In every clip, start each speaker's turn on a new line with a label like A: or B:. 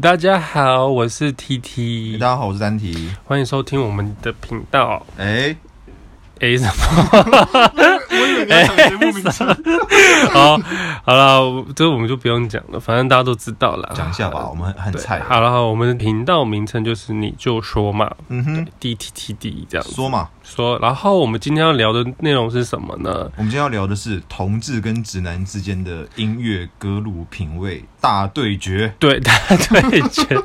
A: 大家好，我是 T T，
B: 大家好，我是丹提。
A: 欢迎收听我们的频道。
B: 哎、
A: 诶，什么？哎
B: 我以为你要讲节目名称，啊
A: 好，好了，这我们就不用讲了，反正大家都知道啦。
B: 讲一下吧，我们很很
A: 对
B: 菜。
A: 好了，好，我们的频道名称就是你就说嘛
B: 嗯哼，
A: ，D T T D 这样子
B: 说嘛，
A: 说。然后我们今天要聊的内容是什么呢？
B: 我们今天要聊的是同志跟直男之间的音乐歌路品味大对决。
A: 对，大家对决，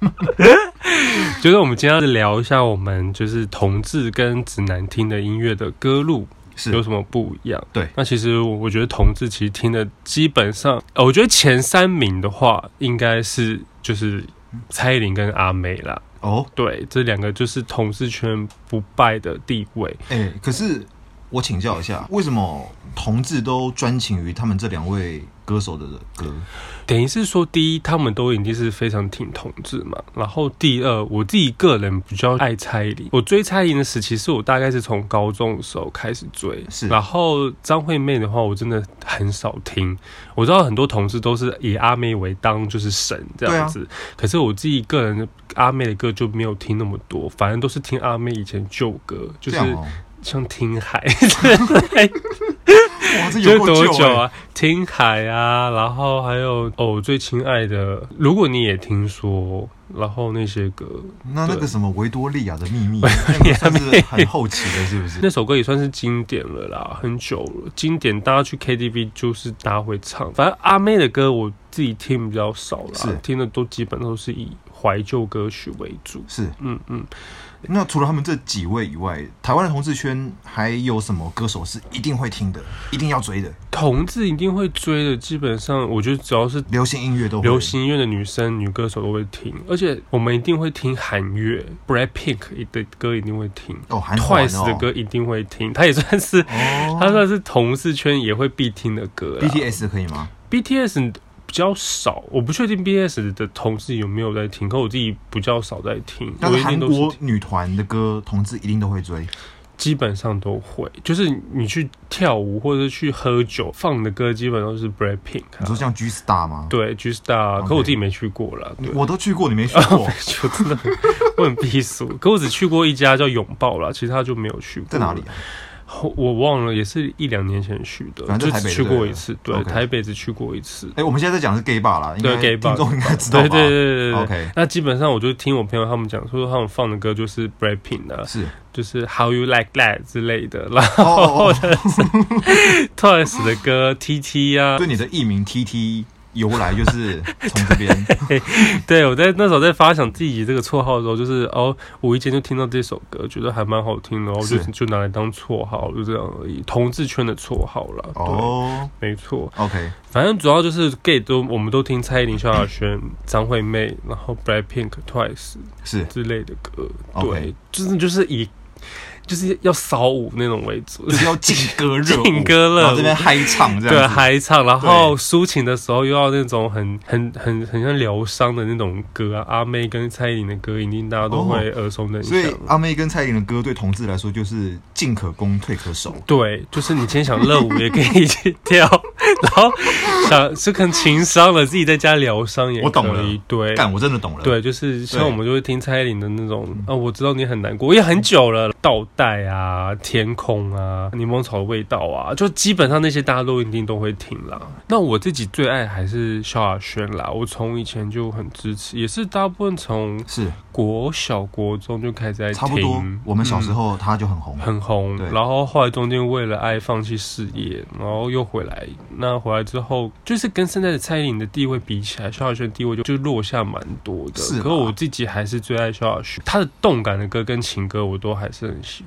A: 就是我们今天要聊一下我们就是同志跟直男听的音乐的歌路
B: 是
A: 有什么不一样。
B: 对
A: 那其实我我觉得同志其实听的基本上，呃我觉得前三名的话应该是就是蔡依林跟阿妹啦。
B: 哦，
A: 对，这两个就是同志圈不败的地位。
B: 哎、可是我请教一下，为什么同志都专情于他们这两位歌手的歌？
A: 等于是说，第一，他们都已经是非常挺同志嘛。然后第二，我自己个人比较爱蔡依林，我追蔡依林的时期是我大概是从高中的时候开始追。
B: 是
A: 然后张惠妹的话，我真的很少听。我知道很多同志都是以阿妹为当就是神这样子，可是我自己个人阿妹的歌就没有听那么多，反正都是听阿妹以前旧歌，就
B: 这
A: 是
B: 样哦，
A: 像听海。
B: 哇，这
A: 就是
B: 有够
A: 多久
B: 哎
A: 啊？听海啊，然后还有哦，我最亲爱的，如果你也听说，然后那些歌，
B: 那那个
A: 对
B: 什么维多利亚的秘 密，啊那个算是很后期的，是不是？
A: 那首歌也算是经典了啦，很久了，经典大家去 KTV 就是大家会唱。反正阿妹的歌我自己听比较少
B: 是
A: 啦，听的都基本都是以怀旧歌曲为主。
B: 是，
A: 嗯嗯，
B: 那除了他们这几位以外，台湾的同志圈还有什么歌手是一定会听的、一定要追的？
A: 同志一定会追的，基本上我觉得只要是
B: 流行音乐都会
A: 流行音乐的女生、女歌手都会听，而且我们一定会听韩乐，BLACKPINK 的歌一定会听
B: 哦，韩团
A: ，Twice
B: 哦
A: 的歌一定会听，它也算是
B: 哦
A: 它算是同事圈也会必听的歌啦。
B: BTS 的可以吗？
A: BTS 比较少，我不确定 BTS 的同事有没有在听，可我自己比较少在听，
B: 但
A: 我
B: 是
A: 一定
B: 韩
A: 都是
B: 国
A: 听
B: 女团的歌，同志一定都会追。
A: 基本上都会，就是你去跳舞或者去喝酒放的歌，基本上都是 BLACKPINK
B: 你说哦
A: 啊。
B: 像 G Star 吗？
A: 对，G Star，可我
B: OK
A: 自己没去过啦。对，，
B: 我都去过，你没去过
A: 我真的很我很避俗，可我只去过一家叫拥抱啦，其他就没有去过。
B: 在哪里、啊？
A: 我？我忘了，也是一两年前去的，
B: 反正
A: 就
B: 在
A: 只
B: 台北
A: 去
B: 就对
A: 过
B: 了
A: 一次。对
B: OK
A: 台北只去过一次。
B: 哎、我们现在在讲的是 gay bar 啦，应该
A: gay bar
B: 听众应该知道
A: 对
B: 吧？
A: 对对对对
B: OK
A: 那基本上我就听我朋友他们讲，说他们放的歌就是 b r a k p i n k 啊，
B: 是
A: 就是 How You Like That 之类的， 然后
B: 哦哦哦，
A: Twice 的歌 TT 啊，
B: 对你的艺名 TT 由来就是从这边，
A: 对，我在那时候在发想自己这个绰号的时候，就是哦，无意间就听到这首歌，觉得还蛮好听的，然后就是就拿来当绰号，就这样而已。同志圈的绰号啦，对，
B: 哦
A: 没错。
B: ，OK，
A: 反正主要就是 gay 都我们都听蔡依林、萧亚轩、张惠妹，然后 Blackpink、Twice
B: 是
A: 之类的歌，
B: OK
A: 对，就是就是以就是要骚舞那种为主。
B: 就是要劲 歌热舞，
A: 劲歌热舞
B: 然后这边嗨唱这样子，
A: 对，嗨唱，然后抒情的时候又要那种很很很很像疗伤的那种歌啊，阿妹跟蔡依林的歌，一定大家都会耳熟能
B: 哦所
A: 详。
B: 以阿妹跟蔡依林的歌对同志来说就是进可攻退可守，
A: 对，就是你今天想热舞也可以去跳，然后想是可能情商了，自己在家疗伤也可以。
B: 我懂了
A: 对。
B: 干我真的懂了。，
A: 对，就是像
B: 对
A: 我们就会听蔡依林的那种啊，我知道你很难过，因为很久了，倒带啊，天空啊，柠檬草的味道啊，就基本上那些大家都一定都会听啦。那我自己最爱还是萧亚轩啦，我从以前就很支持，也是大部分从
B: 是
A: 国小国中就开始在听，
B: 差不多。我们小时
A: 嗯
B: 候她就很红，
A: 很红
B: 对，
A: 然后后来中间为了爱放弃事业，然后又回来。那回来之后，就是跟现在的蔡依林的地位比起来，萧亚轩地位就就落下蛮多的。
B: 是吧啊
A: 可我自己还是最爱萧亚轩，她的动感的歌跟情歌我都还是很喜欢。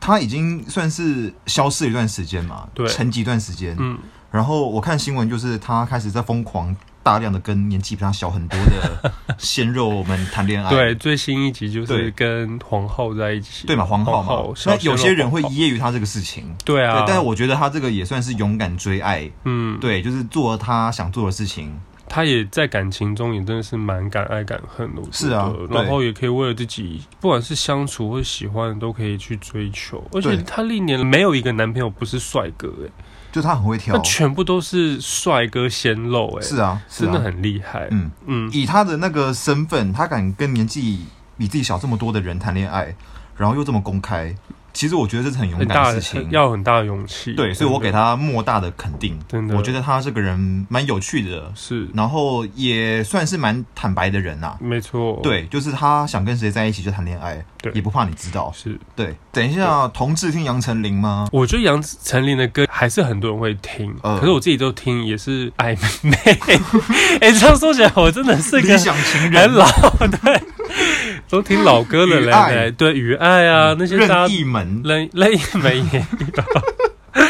B: 她已经算是消失一段时间嘛，
A: 对
B: 沉寂一段时间。
A: 嗯，
B: 然后我看新闻，就是她开始在疯狂大量的跟年纪比她小很多 的鲜肉们谈恋爱，
A: 对，最新一集就是
B: 哎对
A: 跟皇后在一起，
B: 对嘛，皇后嘛。
A: 小
B: 那
A: 鲜
B: 有
A: 肉
B: 些人会
A: 皇后
B: 揶揄她这个事情，
A: 对啊，
B: 对，但是我觉得她这个也算是勇敢追爱，
A: 嗯，
B: 对，就是做她想做的事情，
A: 他也在感情中也真的是蛮敢爱敢恨的，我觉得
B: 是啊对
A: 然后也可以为了自己，不管是相处或是喜欢的，都可以去追求。而且
B: 对
A: 他历年没有一个男朋友不是帅哥、欸，
B: 就他很会挑
A: 那，全部都是帅哥鲜肉、哎，
B: 是啊，是
A: 真的
B: 啊，
A: 很厉害。
B: 嗯，
A: 嗯，
B: 以他的那个身份，他敢跟年纪比自己小这么多的人谈恋爱，然后又这么公开，其实我觉得这是很勇
A: 嗯很
B: 敢
A: 大
B: 的
A: 的
B: 事情。
A: 要很大的勇气。
B: 对，所以我给
A: 他
B: 他莫大的肯定。
A: 真的
B: 我觉得他这个人蛮有趣的，
A: 是
B: 然后也算是蛮坦白的人呐、啊
A: 没错，，
B: 对，就是他想跟谁在一起就谈恋爱，
A: 哦对
B: 也不怕你知道。
A: 是。
B: 对，等一下，同志听杨丞琳吗？
A: 我觉得杨丞琳的歌还是很多人会听，
B: 嗯
A: 可是我自己都听，也是暧昧。 哎、这样说起来，我真的是
B: 理
A: 个
B: 想情
A: 很
B: 人，
A: 老，对，都听老歌的
B: 雨
A: 嘞
B: 爱嗯
A: 嘞，对，雨爱啊、那些大家
B: 任意门，
A: 任任意门也有。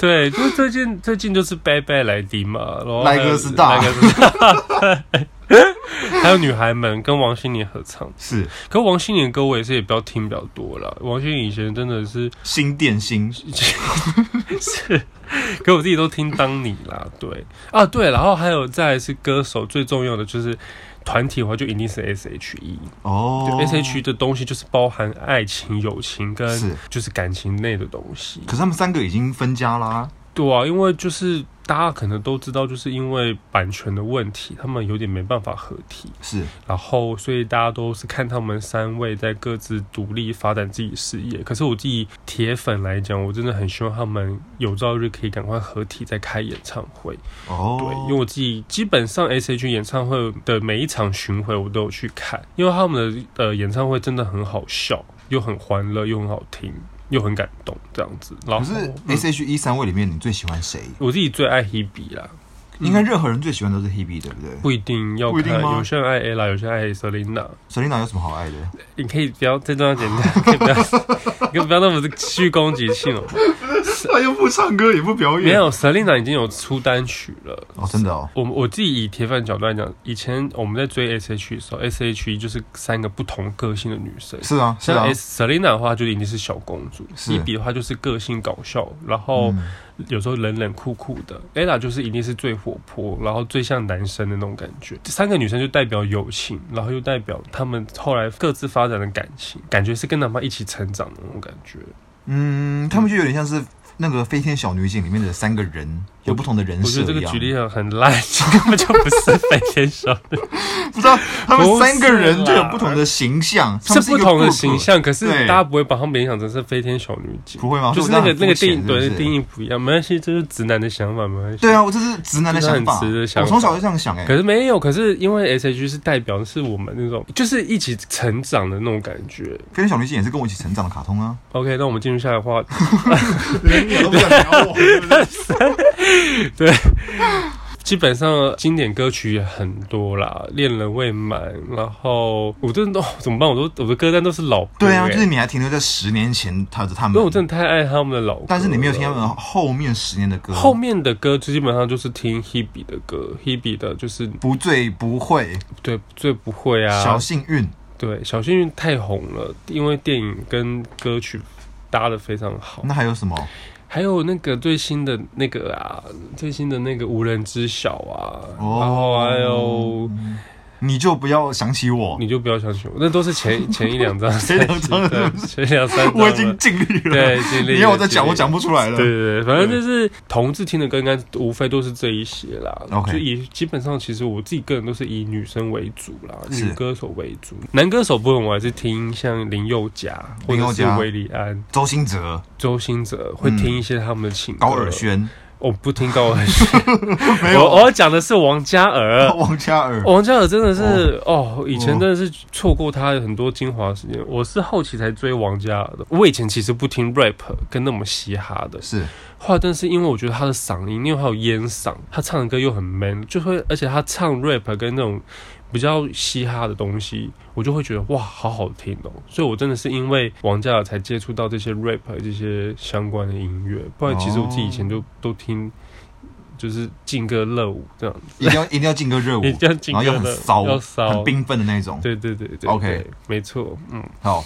A: 对，就是最近最近就是拜拜来迪嘛，然后还有
B: 来个是大
A: 来个是大，对还有女孩们跟王心凌合唱。
B: 是
A: 可王心凌的歌我也是也比较听比较多啦。王心凌以前真的是
B: 新电心，
A: 是，可我自己都听当你啦，对啊对，然后还有再来是歌手最重要的就是团体的话就一定是 S H E，
B: 哦
A: S H 的东西就是包含爱情、友情跟
B: 是
A: 就是感情内的东西。
B: 可是他们三个已经分家啦，
A: 对啊，因为就是大家可能都知道，就是因为版权的问题，他们有点没办法合体，
B: 是
A: 然后所以大家都是看他们三位在各自独立发展自己事业。可是我自己铁粉来讲，我真的很希望他们有朝一日可以赶快合体再开演唱会。
B: 哦，
A: 对，因为我自己基本上 S H 演唱会的每一场巡回我都有去看，因为他们的呃演唱会真的很好笑，又很欢乐，又很好听，又很感动这样子。然
B: 可
A: 后
B: 是
A: 嗯
B: S H E 三位里面你最喜欢谁？
A: 我自己最爱 Hebe 啦，
B: 应该任何人最喜欢都是 Hebe，对不对
A: 不一定要
B: 不一定
A: 看，
B: 吗
A: 有些人爱 Ella，有些人爱 Selina。
B: ？Selina 有什么好爱的？
A: 你可以不要这段要剪 掉，可以不要，你可以不要那么去攻击性哦。
B: 他又不唱歌，也不表
A: 没有，Selina 已经有出单曲了。
B: 哦，真的哦，
A: 我我自己以铁粉角度来讲，以前我们在追 S H 的时候，S H 就是三个不同个性的女生。
B: 是啊，是
A: 像
B: 啊，
A: S Selina 的话，就已经是小公主
B: 是
A: ；Hebe 的话，就是个性搞笑，然后
B: 嗯，
A: 有时候冷冷酷酷的。Ella 就是一定是最活泼，然后最像男生的那种感觉。这三个女生就代表友情，然后又代表她们后来各自发展的感情，感觉是跟他们一起成长的那种感觉。
B: 嗯，他们就有点像是那个《飞天小女警》里面的三个人，有不同的人
A: 我觉
B: 设
A: 得这
B: 一
A: 个
B: 样。
A: 举例很很烂，根本就不是飞天 小女，
B: 不知道他们三个人
A: 不
B: 就是
A: 啦
B: 有不同的形象，他
A: 是
B: 们一
A: 不
B: 个
A: 同的
B: group
A: 形，象，可是
B: 对
A: 大家不会把他们联想成是飞天小女警，
B: 不会吗？
A: 就是
B: 所以
A: 那
B: 我
A: 个那个
B: 这样很肤
A: 定
B: 浅
A: 义，对，那
B: 是不是
A: 定义不一样，没关系，这是直男的想法，没关系。
B: 对啊，我这是直男的想法，
A: 这是很直的想法
B: 我从小就这样想哎、
A: 可是没有，可是因为 S H 是代表是我们那种就是一起成长的那种感觉。
B: 飞天小女警也是跟我一起成长的卡通啊，
A: OK，那我们进入下一个话题。
B: 连你都不想聊我，
A: 基本上经典歌曲也很多啦，《恋人未满》，然后我真的都 怎么办？我都我的歌单都是老歌、
B: 对啊，就是
A: 欸
B: 你还停留在十年前他的他
A: 因为我
B: 们，
A: 真的太爱他们的老歌了，
B: 但是你没有听他们后面十年的歌，
A: 后面的歌基本上就是听 Hebe 的歌，Hebe 的就是
B: 不醉不会，
A: 对最不会啊，
B: 小幸运，
A: 对小幸运太红了，因为电影跟歌曲搭的非常好。
B: 那还有什么？
A: 还有那个最新的那个啊，最新的那个无人知晓啊，
B: 哦
A: 然后还有
B: 你就不要想起我，
A: 你就不要相信我，那都是 前前一两张
B: 前
A: 专
B: 两
A: 辑，
B: 张
A: 对， 前两三张了，
B: 我已经尽力了，
A: 对尽力了
B: 你要我再
A: 尽
B: 讲，
A: 力了
B: 我讲不出来了
A: 对。对对，反正就是同志听的歌，应该无非都是这一些啦。
B: OK
A: 就以基本上，其实我自己个人都是以女生为主啦，
B: 是
A: 女歌手为主，男歌手部分我还是听像林宥嘉或
B: 林宥
A: 者是
B: 嘉
A: 韦礼安、
B: 周兴哲、
A: 周兴哲，会听一些他们的情歌。
B: 高尔，宣，
A: 我不听高尔宣，
B: 没
A: 我
B: 有
A: 我要讲的是王嘉尔。
B: 王嘉尔，
A: 王嘉尔真的是哦，以前真的是错过他很多精华时间。我是后期才追王嘉尔的，我以前其实不听 rap 跟那么嘻哈的，
B: 是
A: 后来但是因为我觉得他的嗓音，因为他有烟嗓，他唱的歌又很 man，就会而且他唱 rap 跟那种比较嘻哈的东西，我就会觉得哇，好好听哦。所以我真的是因为王嘉尔才接触到这些 rap 这些相关的音乐，不然其实我自己以前就都听。就是劲歌热舞这样，
B: 一定要一定要劲歌 热舞，
A: 你这样劲
B: 然后
A: 歌
B: 又很
A: 热
B: 骚，
A: 舞要骚，
B: 很缤纷的那种。
A: 对对对对
B: OK
A: 对没错，嗯，
B: 好，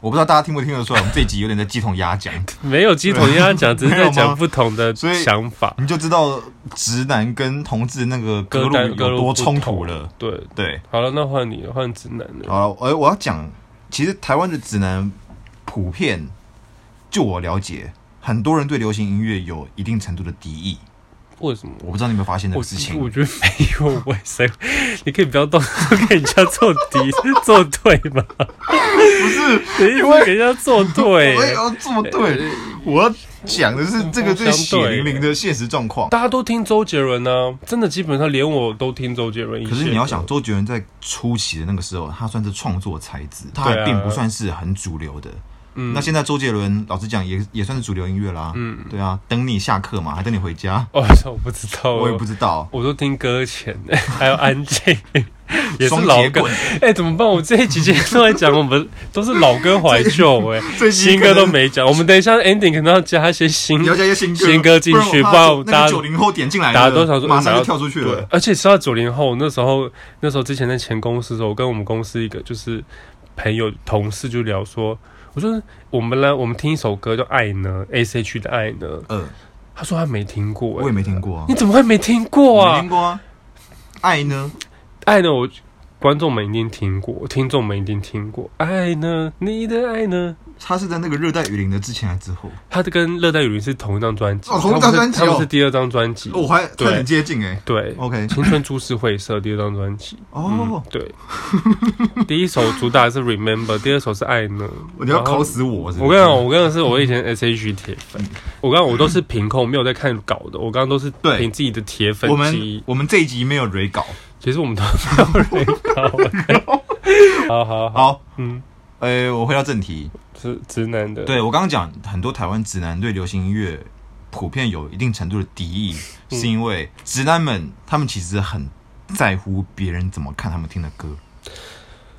B: 我不知道大家听不听得出来，我们这一集有点在鸡同 鸭讲，
A: 没有鸡同鸭讲，只是
B: 没有
A: 在
B: 吗
A: 讲不同的
B: 所以
A: 想法。
B: 你就知道直男跟同志那个歌
A: 歌
B: 路
A: 单
B: 有
A: 歌路
B: 多
A: 不
B: 冲
A: 同
B: 突了。
A: 对，
B: 对，
A: 好了，那换你了，换直男了。
B: 好了，呃，我要讲，其实台湾的直男普遍，就我了解，很多人对流行音乐有一定程度的敌意。
A: 为什么？
B: 我不知道你有没有发现这
A: 我
B: 个事情
A: 我。觉得没有，为什么？你可以不要 到处跟人家做敌做对吗？
B: 不是，
A: 等一下跟人家做对呃
B: 我，也要哎这么对。我要讲的是这个最血淋淋的现实状况。
A: 大家都听周杰伦呢、真的基本上连我都听周杰伦一些
B: 可
A: 歌。
B: 是你要想，周杰伦在初期的那个时候，他算是创作才子，他
A: 对
B: 还
A: 啊
B: 并不算是很主流的。
A: 嗯
B: 那现在周杰伦，老实讲也也算是主流音乐啦。
A: 嗯
B: 对啊，等你下课嘛，还等你回家，
A: 哦，我不知道，
B: 我也不知道。
A: 我都听搁浅，还有安静，也是
B: 双
A: 老
B: 节
A: 歌
B: 棍。
A: 哎、怎么办？我这一集今天都在讲我们都是老歌怀旧， 哎，
B: 最近
A: 新歌都没讲。我们等一下 ending 可能要加一些新
B: 你要加一些新歌，
A: 新歌进去
B: 不
A: 不然
B: 然我怕
A: 大家
B: 那个九零后点进来了，
A: 大家都想说
B: 马上
A: 哪
B: 就
A: 要
B: 跳出去
A: 对
B: 了。
A: 而且说到九零后，那时候那时候之前在前公司的时候，我跟我们公司一个就是朋友同事就聊说，我说我们来我们听一首歌叫《爱呢》，S H 的《爱呢》，
B: 呃，
A: 他说他没听过、哎
B: 我也没听过啊
A: 你，怎么会没听过
B: 没
A: 啊？
B: 听过啊。爱呢？
A: 爱呢，我观众们一定听过，听众们一定听过。爱呢，你的爱呢？
B: 他是在那个热带雨林的之前还是之后？
A: 他这跟热带雨林是同一张专辑，
B: 哦同一张专
A: 他们是
B: 辑哦
A: 他们是第二张专辑，
B: 哦我还
A: 对
B: 快很接近哎。
A: 嗯对
B: OK
A: 青春株式会社第二张专辑。嗯
B: 哦，，
A: 对， 第一首主打是 Remember，第二首是爱呢。
B: 我你要
A: 然后
B: 考死我是不是？
A: 我跟你讲，我跟你讲，是我以前 S H 铁粉，我刚刚我都是凭空没有在看稿的，我刚刚都是
B: 对
A: 凭自己的铁粉
B: 我
A: 记
B: 们
A: 忆。
B: 我们这一集没有 re 稿。
A: 其实我们都没有人稿。 好好好，
B: 好，
A: 嗯，
B: 呃，我回到正题。
A: 直直男的，
B: 对我刚刚讲，很多台湾直男对流行音乐普遍有一定程度的敌意，是因为直男们他们其实很在乎别人怎么看他们听的歌。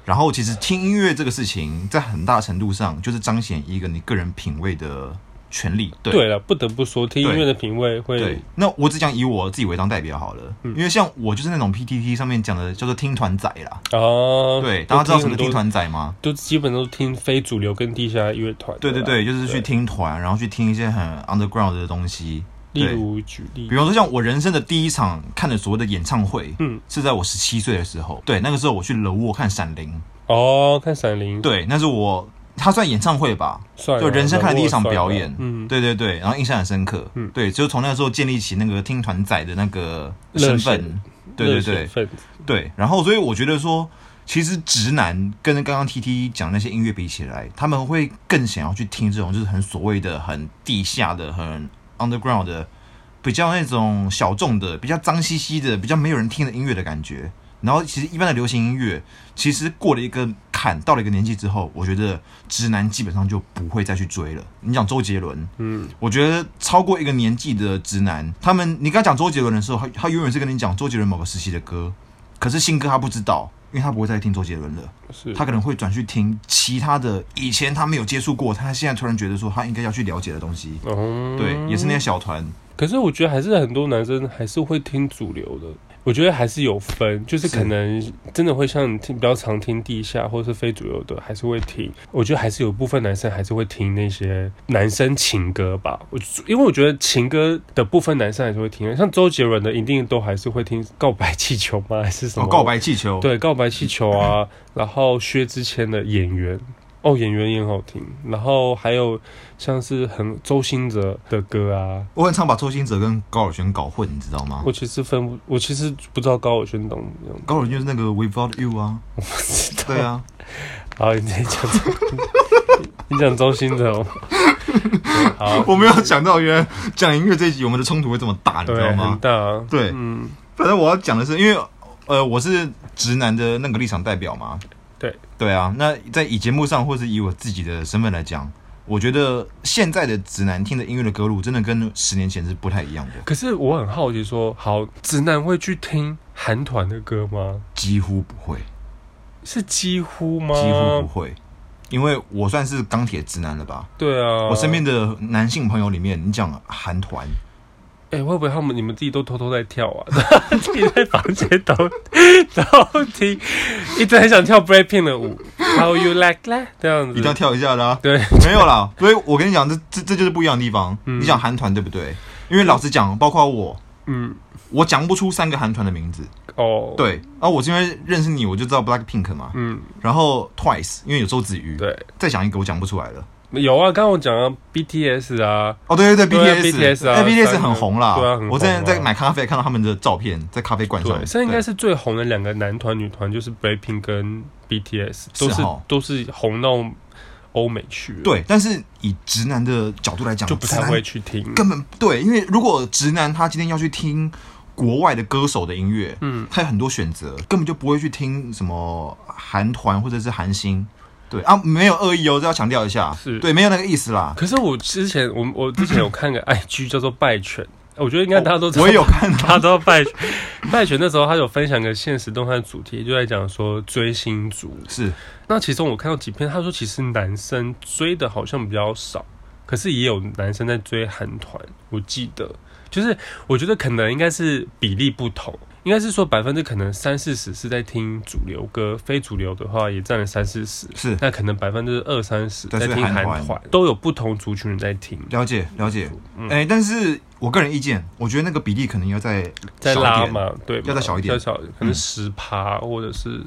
B: 然后，其实听音乐这个事情，在很大程度上就是彰显一个你个人品味的权利。对
A: 对了，不得不说，听音乐
B: 对
A: 的品味
B: 对
A: 会，
B: 那我只讲以我自己为当代表好了，因为像我就是那种 PTT 上面讲的叫做听团仔啦。
A: 哦，
B: 对，大家知道什么是听
A: 都很多，
B: 团仔吗？
A: 都基本都听非主流跟地下乐团的
B: 对
A: 啦。
B: 对啊对，就是去听团，然后去听一些很 underground 的东西。
A: 例
B: 对
A: 如举例
B: 比，方说，像我人生的第一场看的所谓的演唱会，
A: 嗯
B: 嗯，是在我十七岁的时候。对，那个时候我去楼沃看《闪灵》，
A: 哦，看《闪灵》，
B: 对，那是我他算演唱会吧，
A: 算了
B: 就人生看的第一场表演
A: 啊算了嗯，
B: 对对对，然后印象很深刻，
A: 嗯
B: 对，就从那个时候建立起那个听团仔的那个身
A: 热血
B: 份，对对
A: 热血
B: 对
A: 分子
B: 对，然后所以我觉得说。其实直男跟刚刚 T T 讲那些音乐比起来，他们会更想要去听这种就是很所谓的很地下的、很 underground 的比较那种小众的、比较脏兮兮的、比较没有人听的音乐的感觉。然后，其实一般的流行音乐，其实过了一个坎，到了一个年纪之后，我觉得直男基本上就不会再去追了。你讲周杰伦，
A: 嗯，
B: 我觉得超过一个年纪的直男，他们你刚讲周杰伦的时候，他他永远是跟你讲周杰伦某个时期的歌，可是新歌他不知道，因为他不会再听周杰伦了，
A: 是
B: 他可能会转去听其他的以前他没有接触过，他现在突然觉得说他应该要去了解的东西。
A: 哦，
B: 对，也是那些小团，
A: 可是我觉得还是很多男生还是会听主流的。我觉得还是有分，就是
B: 是
A: 可能真的会像你听比较常听地下或是非主流的，还是会听。我觉得还是有部分男生还是会听那些男生情歌吧。我因为我觉得情歌的部分男生还是会听，像周杰伦的一定都还是会听《告白气球》吗？还是什么？
B: 哦，告白气球，
A: 对，告白气球 啊，然后薛之谦的演员，哦，演员也很好听，然后还有像是很周兴哲的歌啊，
B: 我很常把周兴哲跟高尔宣搞混，你知道吗
A: 我？其实分不，我其实不知道高尔宣懂不懂，
B: 高尔宣就是那个 Without You 啊，
A: 我不知道。
B: 对啊，
A: 好，你再讲周，你讲周兴哲 哦，对好，
B: 我没有想到原来讲音乐这一集我们的冲突会这么大，你知道
A: 对，很
B: 吗？
A: 大啊，
B: 对
A: 嗯，
B: 反正我要讲的是，因为呃，我是直男的那个立场代表嘛。
A: 对
B: 对啊，那在以节目上，或是以我自己的身份来讲，我觉得现在的直男听的音乐的歌路，真的跟十年前是不太一样的，
A: 可是我很好奇说，好，直男会去听韩团的歌吗？
B: 几乎不会，
A: 是几乎吗？
B: 几乎不会。因为我算是钢铁直男了吧？
A: 对啊，
B: 我身边的男性朋友里面，你讲韩团，
A: 哎、会不会他们你们自己都偷偷在跳啊？ 自己在房间偷偷听，一直很想跳 breaking 的舞，How you like that 这样
B: 一定要
A: 子。
B: 跳一下的啊！
A: 对，
B: 没有啦，所以我跟你讲，这这这就是不一样的地方。
A: 嗯
B: 你讲韩团对不对？因为老实讲，包括我，
A: 嗯，
B: 我讲不出三个韩团的名字。
A: 哦，，
B: 对，然后我是因为认识你，我就知道 Black Pink 嘛，
A: 嗯，
B: 然后 Twice，因为有周子瑜，
A: 对，
B: 再讲一个我讲不出来了，
A: 有啊，刚刚我讲啊，BTS 啊，
B: 哦，对对对
A: 对啊
B: ，BTS
A: BTS 啊
B: 哎
A: 三
B: ，BTS
A: 个
B: 很红啦。
A: 对啊很红啊
B: 我之前在买咖啡看到他们的照片，在咖啡馆上
A: 对，
B: 面。
A: 现在应该
B: 对
A: 是最红的两个男团、女团，就是 BLACKPINK 跟 BTS，都是啊
B: 是哦
A: 都是红到欧美去了，，
B: 对，但是以直男的角度来讲，
A: 就不太
B: 直男
A: 会去听。
B: 根本对，因为如果直男他今天要去听国外的歌手的音乐，
A: 嗯，
B: 他有很多选择，根本就不会去听什么韩团或者是韩星。对啊，没有恶意哦，这要强调一下，
A: 是
B: 对，没有那个意思啦。
A: 可是我之前，我我之前有看个 IG 叫做拜犬，哦我觉得应该大家都知道
B: 我也有看
A: 他
B: 到，
A: 都要拜犬。 拜犬那时候他有分享个现实动态主题，就在讲说追星族。
B: 是
A: 那其中我看到几篇，他说其实男生追的好像比较少，可是也有男生在追韩团。我记得，就是我觉得可能应该是比例不同，应该是说百分之可能三四十是在听主流歌，非主流的话也占了三四十。
B: 是
A: 那可能百分之二三十
B: 对
A: 在听
B: 所以
A: 韩
B: 韩团
A: 团，都有不同族群人在听。
B: 了解了解，哎、但是我个人意见，我觉得那个比例可能要再
A: 再
B: 小一
A: 拉
B: 点，
A: 嘛，对嘛，
B: 要再小一点嗯
A: 再小可能十趴、或者是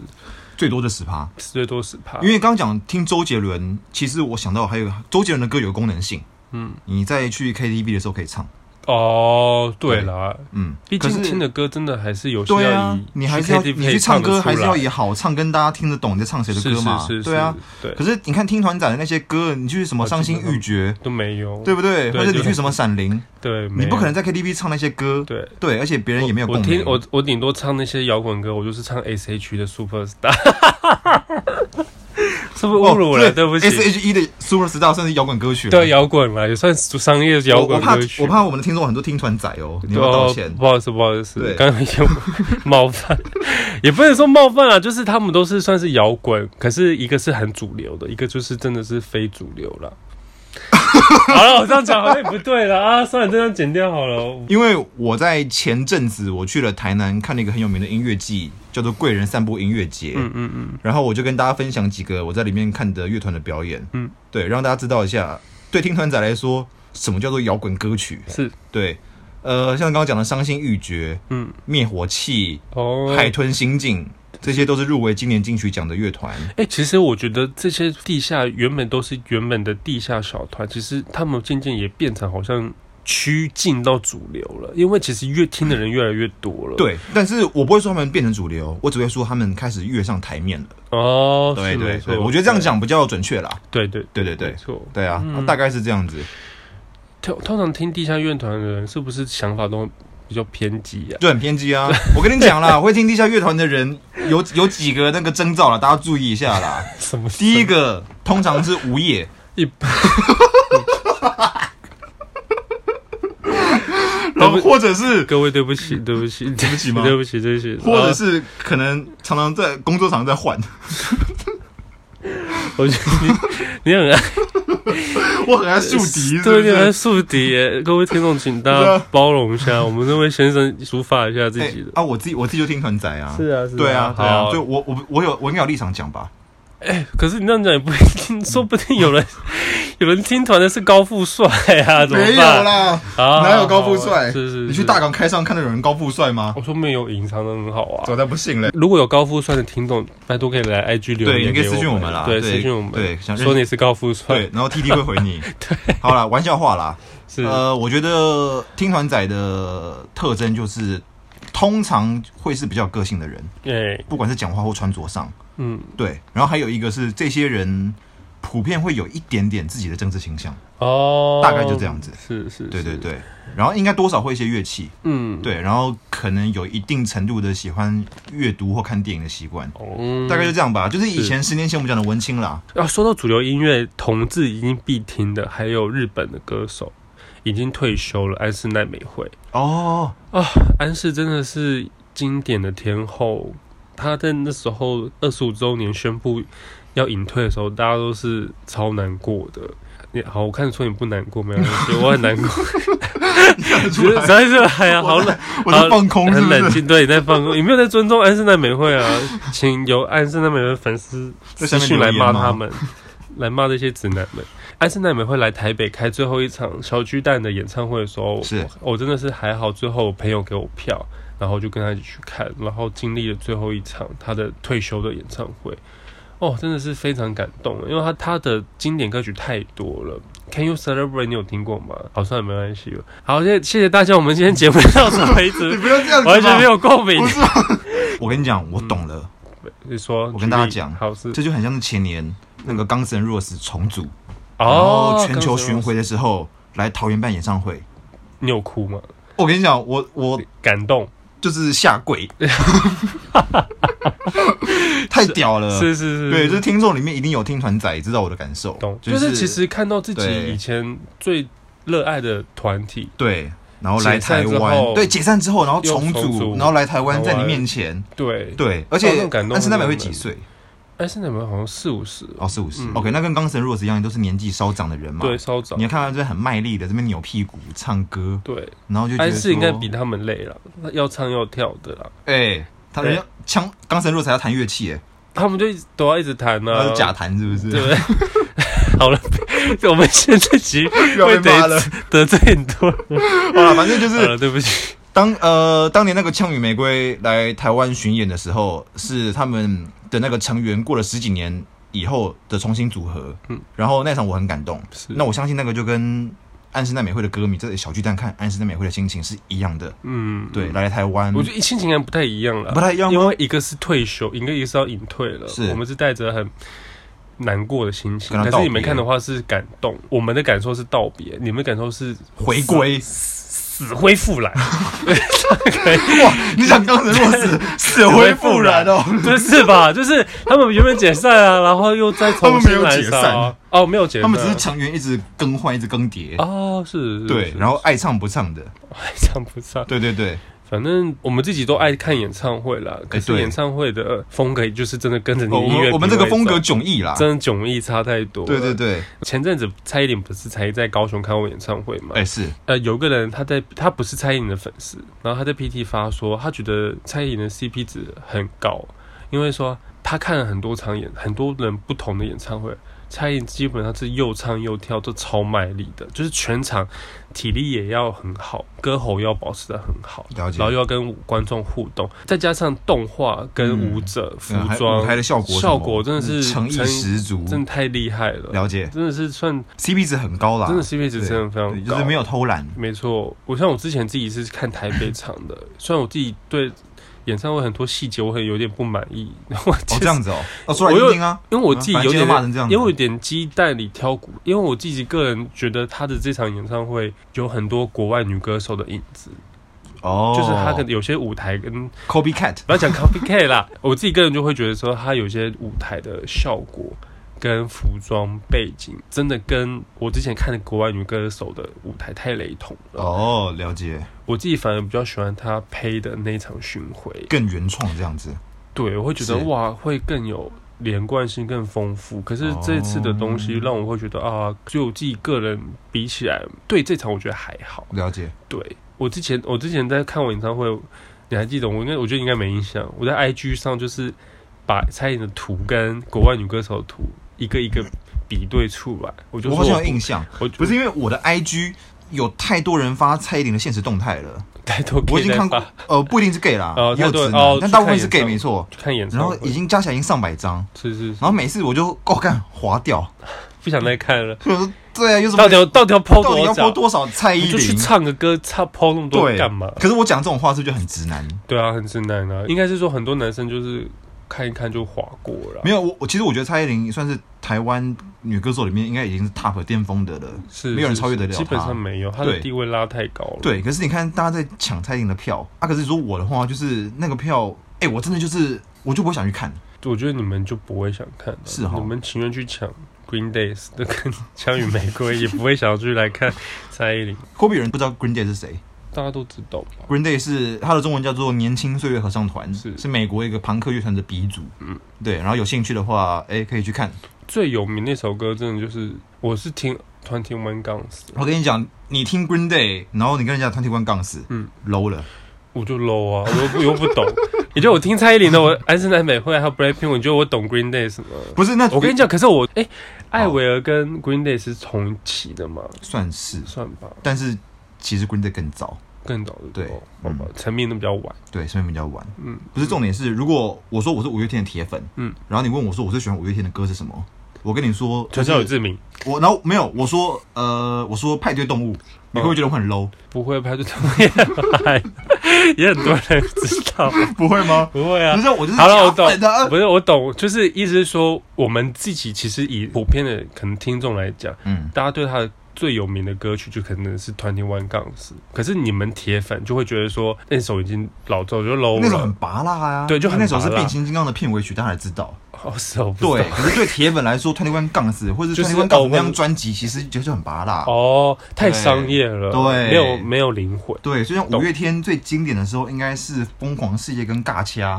B: 最多的十趴。
A: 最多十趴，
B: 因为刚刚讲听周杰伦，其实我想到还有周杰伦的歌有功能性，
A: 嗯，
B: 你在去 KTV 的时候可以唱，
A: 哦，对啦，
B: 嗯，
A: 毕
B: 可
A: 竟
B: 是
A: 听的歌真的还是有些
B: 对
A: 要
B: 啊
A: 以，
B: 你还是要
A: KTV
B: 你去唱歌
A: 得出来
B: 还是要以好唱跟大家听得懂你在唱谁的
A: 是
B: 歌嘛，
A: 是是，
B: 对啊。
A: 是，对，
B: 可是你看听团仔的那些歌，你去什么
A: 啊
B: 伤心
A: 基本上
B: 欲绝，
A: 都没有，
B: 对不对？
A: 啊对
B: 或者你
A: 就
B: 去什么闪灵，
A: 对，没
B: 你
A: 有
B: 不可能在 KTV 唱那些歌，
A: 对。
B: 对，而且别人也没有
A: 我
B: 共
A: 听
B: 鸣。
A: 我我顶多唱那些摇滚歌，我就是唱 S H E 的 Superstar，是不是侮辱了？对不
B: 哦，S
A: 起，
B: H E 的 Super Star 算是摇滚歌曲了。
A: 对摇滚了，也算商业摇
B: 我我
A: 滚
B: 怕
A: 歌曲。
B: 我怕我们的听众很多听团仔哦，你
A: 对
B: 要不要道
A: 哦
B: 歉。
A: 不好意思，不好意思
B: 对，
A: 刚刚有冒犯，也不能说冒犯啊，就是他们都是算是摇滚，可是一个是很主流的，一个就是真的是非主流了。 好了，我这样讲好像也不对了啊，算了，这样剪掉好了。
B: 因为我在前阵子我去了台南看了一个很有名的音乐季，叫做贵人散步音乐节。
A: 嗯嗯嗯，
B: 然后我就跟大家分享几个我在里面看的乐团的表演，
A: 嗯
B: 嗯，对，让大家知道一下，对听团仔来说，什么叫做摇滚歌曲？
A: 是，
B: 对，呃，像刚刚讲的《伤心欲绝》、
A: 嗯，
B: 灭火器、
A: 哦，
B: 海豚刑警，这些都是入围今年金曲奖的乐团。
A: 哎、其实我觉得这些地下原本都是原本的地下小团，其实他们渐渐也变成好像趋近到主流了，因为其实越听的人越来越多了。，
B: 对，但是我不会说他们变成主流，我只会说他们开始跃上台面了。
A: 哦，
B: 对
A: 是
B: 对
A: 没
B: 对，
A: 错
B: 我觉得这样，讲比较准确啦。
A: 对对
B: 对对对
A: 没，错。
B: 对啊，
A: 嗯
B: 大概是这样子。
A: 通通常听地下乐团的人，是不是想法都比较偏激啊？
B: 就很偏激啊！我跟你讲 啦，会听地下乐团的人有有几个那个征兆啦，大家注意一下 啦。
A: 什么？
B: 第一个通常是无业，
A: 一
B: 然后或者是
A: 各位对不起，对不 起，对不
B: 起嗯吗
A: 对不起，对不起。
B: 或者是可能常常在工作场在换，
A: 啊我觉得 你你很爱
B: 我很爱树敌，是不
A: 对，你很爱
B: 是？
A: 树敌耶。各位听众，请大
B: 对
A: 家
B: 啊
A: 包容一下，我们这位先生抒发一下自
B: 哎
A: 己的。
B: 啊，我自己我自己就听团仔啊，
A: 是啊是啊
B: 对啊，对啊，
A: 好
B: 所以我我我有我应该有立场讲吧？
A: 可是你这样讲也不一定， 说不定有人有人听团的是高富帅啊，怎么
B: 没有
A: 办？
B: 啦，
A: 啊
B: 哪有高富帅？
A: 是是，
B: 你去
A: 是
B: 大，港开唱看到有人高富帅吗
A: 我？说没有隐藏的很好啊
B: 我。才不信嘞！
A: 如果有高富帅的听众，拜托可以来 IG 留
B: 对，
A: 言
B: 你
A: 给我们，
B: 可以私信我们啦，
A: 对，私信我们，
B: 对，想认
A: 说你是高富帅
B: 对，，然后 T T 会回 你。对，好啦，玩笑话啦。
A: 是，
B: 呃，我觉得听团仔的特征就是，通常会是比较有个性的人，
A: 哎，
B: 不管是讲话或穿着上，
A: 嗯，
B: 对。然后还有一个是，这些人普遍会有一点点自己的政治倾向，
A: 哦，
B: 大概就这样子
A: 是是，
B: 对对
A: 是，
B: 对。然后应该多少会一些乐器，
A: 嗯，，
B: 对。然后可能有一定程度的喜欢阅读或看电影的习惯，
A: 哦，
B: 大概就这样吧。就是以前十年前我们讲的文青啦，
A: 啊，说到主流音乐，同志已经必听的，还有日本的歌手已经退休了，安室奈美惠。
B: 哦，
A: 安室真的是经典的天后，她在那时候二十五周年宣布要隐退的时候，大家都是超难过的。你好，我看得出你不难过，没有关系，我很 难过，
B: 出来
A: 实在是哎呀，好冷，
B: 我在放空是
A: 很
B: 不
A: 冷
B: 是？
A: 静，对，你在放空，你没有在尊重安室奈美惠啊？ 请由安室奈美惠粉丝私
B: 在下面
A: 讯
B: 留
A: 来
B: 言
A: 骂
B: 吗
A: 他们，来骂这些直男们。安室奈美惠来台北开最后一场小巨蛋的演唱会的时候，
B: 是
A: 我我真的是还好，最后我朋友给我票，然后就跟他一起去看，然后经历了最后一场他的退休的演唱会。哦，真的是非常感动，因为他他的经典歌曲太多了。Can you celebrate？你有听过吗？好，算了，没关系了。好，谢谢谢大家，我们今天节目 到此为
B: 你
A: 止，
B: 不要这 样子嘛，
A: 完全没有嗯共鸣
B: 不。是。我跟你讲，我懂了，
A: 你说，
B: 我跟大家讲
A: 好是
B: 这就很像是前年那个钢神 Rose 重组，然
A: 哦
B: 后，全球
A: 刚才
B: 巡回的时候来桃园办演唱会。
A: 你有哭吗？
B: 我跟你讲，我我
A: 感动，
B: 就是下 跪，太屌了。
A: 是是是，
B: 呃对，就是听众里面一定有听团仔知道我的感受
A: 懂，，就是其实看到自己
B: 对
A: 以前最热爱的团体，
B: 对，然后来
A: 解散
B: 台
A: 之后
B: 湾，对，解散之后，然后
A: 又
B: 重
A: 重
B: 组
A: 组，
B: 然后来台湾，
A: 台
B: 在你
A: 湾
B: 面前，
A: 对，
B: 对，
A: 那
B: 而且
A: 种感动
B: 安室奈美
A: 会
B: 惠
A: 让
B: 几
A: 人
B: 岁？
A: 哎，现在有没有好像四五十？
B: 哦，四五十
A: 嗯。
B: OK，那跟钢神 Rose 一样，都是年纪稍长的人嘛。
A: 对，稍早
B: 你，要看到这很卖力的，这边扭屁股唱歌，
A: 对，
B: 然后就觉
A: 安
B: 得
A: 室应该
B: 说
A: 比他们累了，要唱要跳的啦，
B: 哎，他人家枪钢神 Rose 还要弹乐器，哎，
A: 他们就一直都要一直弹
B: 他
A: 啊，
B: 是假弹是不
A: 对不
B: 是？
A: 对？好了， 我们现在集
B: 又
A: 会
B: 要被骂
A: 得
B: 了。
A: 得罪很多人，
B: 好了，反正就
A: 好
B: 是
A: 了，对不起，
B: 当呃当年那个《枪与玫瑰》来台湾巡演的时候，是他们的那个成员过了十几年以后的重新组合。
A: 嗯
B: 嗯，然后那场我很感动。
A: 是
B: 那我相信那个就跟安室奈美惠的歌迷，这小巨蛋看安室奈美惠的心情是一样的。
A: 嗯，
B: 对，，来台湾，
A: 我觉得心情感不太一样了
B: 不，太一样哦吗
A: 因为一个是退休，一个一个是要隐退了，
B: 是
A: 我们是带着很难过的心情，
B: 跟他
A: 可
B: 道别
A: 是你们看的话是感动，我们的感受是道别，你们的感受是
B: 回归。
A: 死死灰复 燃，
B: 哇，你想刚才若死死灰复燃哦？
A: 不是吧？就是他们原本解散啊，然后又再重新来
B: 他们没有解散
A: 烧，哦，没有解
B: 他
A: 散，
B: 们只是成员一直更换，一直更迭。
A: 哦，是，是
B: 对，
A: 是
B: 然后爱唱不唱的，
A: 还唱不上，
B: 对对对，
A: 反正我们自己都爱看演唱会啦，可是
B: 哎对
A: 演唱会的风格就是真的跟着你
B: 哦我
A: 音乐品
B: 们
A: 味走，
B: 我们这个风格迥异啦，
A: 真的迥异差太多，
B: 对对。对，
A: 前阵子蔡依林不是才在高雄开过演唱会嘛？
B: 哎是，
A: 呃，有个人他在他不是蔡依林的粉丝，然后他在 PT 发说，他觉得蔡依林的 CP 值很高，因为说他看了很多场演，很多人不同的演唱会，蔡依林基本上是又唱又跳，都超卖力的，就是全场体力也要很好，歌喉要保持的很好，
B: 了解
A: 然后又要跟观众互动，再加上动画跟
B: 嗯
A: 舞者、服
B: 嗯还
A: 装
B: 舞台的效果什么嗯
A: 效果真的是
B: 诚意
A: 诚意
B: 十足，
A: 真的太厉害了，
B: 了解
A: 真的是算
B: CP 值很高啦，
A: 真的 CP 值
B: 对
A: 真的非常
B: 对
A: 高
B: 就是没有偷懒，哦
A: 没错，我像我之前自己是看台北场的，虽然我自己对演唱会很多细节我很有点不满意，我
B: 哦
A: 其
B: 这
A: 实
B: 样子哦，哦说来
A: 我有
B: 听听啊，
A: 因为我自己有点
B: 反正今天都骂成这样
A: 因
B: 子
A: 为我有点鸡蛋里挑骨，因为我自己个人觉得他的这场演唱会有很多国外女歌手的影子，
B: 哦，
A: 就是他可能有些舞台跟
B: Kobe Cat
A: 不要讲 copycat 啦，我自己个人就会觉得说，它有些舞台的效果跟服装背景，真的跟我之前看的国外女歌手的舞台太雷同了。
B: 哦，了解，
A: 我自己反而比较喜欢他配的那一场巡回，
B: 更原创这样子，
A: 对我会觉得
B: 是
A: 哇，会更有连贯性，更丰富。可是
B: 哦
A: 这次的东西让我会觉得啊，就我自己个人比起来，对这场我觉得还好。
B: 了解，
A: 对我之前，我之前在看我演唱会，你还记得我？应该我觉得应该没印象。我在 IG 上就是把蔡依林的图跟国外女歌手的图一个一个比对出来，我就说
B: 我好像有
A: 不
B: 印象，
A: 我
B: 不是因为我的 IG 有太多人发蔡依林的现实动态了，
A: 太多 gay
B: 我已经
A: 在
B: 看过
A: 发，
B: 呃，不一定是 gay 啦
A: 哦，
B: 也
A: 太
B: 有
A: 多
B: 直
A: 人哦
B: 男，但大部分
A: 去
B: 是
A: 看
B: gay
A: 演唱
B: 没错，
A: 看演唱
B: 然后
A: 会，
B: 已经加起来已经上百张，
A: 是是是
B: 然后每次我就哦干划掉，
A: 不想再看了。
B: 所以我说对啊，有什么
A: 到底要到底要抛
B: 到底
A: 多
B: 要
A: 少
B: 播？多少蔡依
A: 你就去
B: 林？
A: 唱个歌，唱抛那么多
B: 对，
A: 干嘛？
B: 可是我讲这种话是不是就很直男？
A: 对啊，很直男啊。应该是说很多男生就是看一看就划过了
B: 没。有，我我其实我觉得蔡依林算是台湾女歌手里面应该已经是 top 巅峰的了。
A: 是
B: 没有人
A: 是
B: 超越得了
A: 基本
B: 他
A: 上没有，他的
B: 对
A: 地位拉太高了。
B: 对，可是你看大家在抢蔡依林的票啊，可是说我的话就是那个票，哎、我真的就是我就不会想去看。
A: 我觉得你们就不会想看了，
B: 是哦
A: 你们情愿去抢 Green Days 的跟 枪与玫瑰，也不会想要去来 看蔡依林。
B: 会不会有人不知道 Green Day 是谁
A: 大家都知道吧？
B: ？Green Day 是它的中文叫做年轻岁月合唱团，
A: 是
B: 美国一个朋克乐团的鼻祖。
A: 嗯
B: 嗯，对，然后有兴趣的话，哎、可以去看。
A: 最有名那首歌真的就是，我是听团体 One Guns，
B: 我跟你讲，你听 Green Day，然后你跟人家团体关杠死，
A: 嗯
B: 嗯，low 了。
A: 我就 low 啊，我 又不我又不懂。你觉得我听蔡依林的，我安室奈美惠还有 Blackpink，你觉得我懂 Green Days 吗？
B: 不是，那
A: 我跟你讲，可是我哎、艾薇儿跟 Green Day 是同期的嘛，
B: 算是，
A: 算吧。
B: 但是其实 Green Day 更早。
A: 更早的时候，好
B: 对
A: 吧，成名的比较晚，
B: 对，所以比较晚。
A: 嗯，
B: 不是重点是，如果我说我是五月天的铁粉，
A: 嗯，
B: 然后你问我说我最喜欢五月天的歌是什么，我跟你说，
A: 全校有志明
B: 我然后没有，我说呃，我说派对动
A: 哦
B: 物，你会不会觉得我很 low？、
A: 不会拍就同业拍， 也很多人知道，
B: 不会吗？
A: 不会啊
B: 不。是，我就是
A: 好了，我
B: 假粉啊
A: 懂，
B: 的，
A: 不是我懂，就是意思是说，我们自己其实以普遍的可能听众来讲，
B: 嗯，
A: 大家对他的最有名的歌曲就可能是《团体 One 杠四》，可是你们铁粉就会觉得说那首已经老早就 low
B: 那首很
A: 了，
B: 拔辣啊，
A: 对就很
B: 那首是
A: 拔
B: 《
A: 辣
B: 变形金刚》的片尾曲，大家还知道。
A: 哦，是哦，不知
B: 对，
A: 道
B: 可是对铁粉来说，《t w e n 杠子》或者
A: 就是
B: 《t w e n 杠子
A: 哦》
B: 那张专辑，其实就是很拔辣。
A: 哦，太商业了，
B: 对
A: 没有没有灵魂，
B: 对，所以像
A: 懂
B: 五月天最经典的时候，应该是《疯狂世界》跟《尬掐》。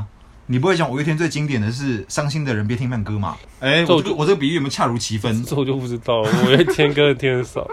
B: 你不会讲五月天最经典的是《伤心的人别听慢歌》嘛？哎、
A: 这我
B: 我这个我这个比喻有没有恰如其分？
A: 这我就不知道了，我也天歌天得少，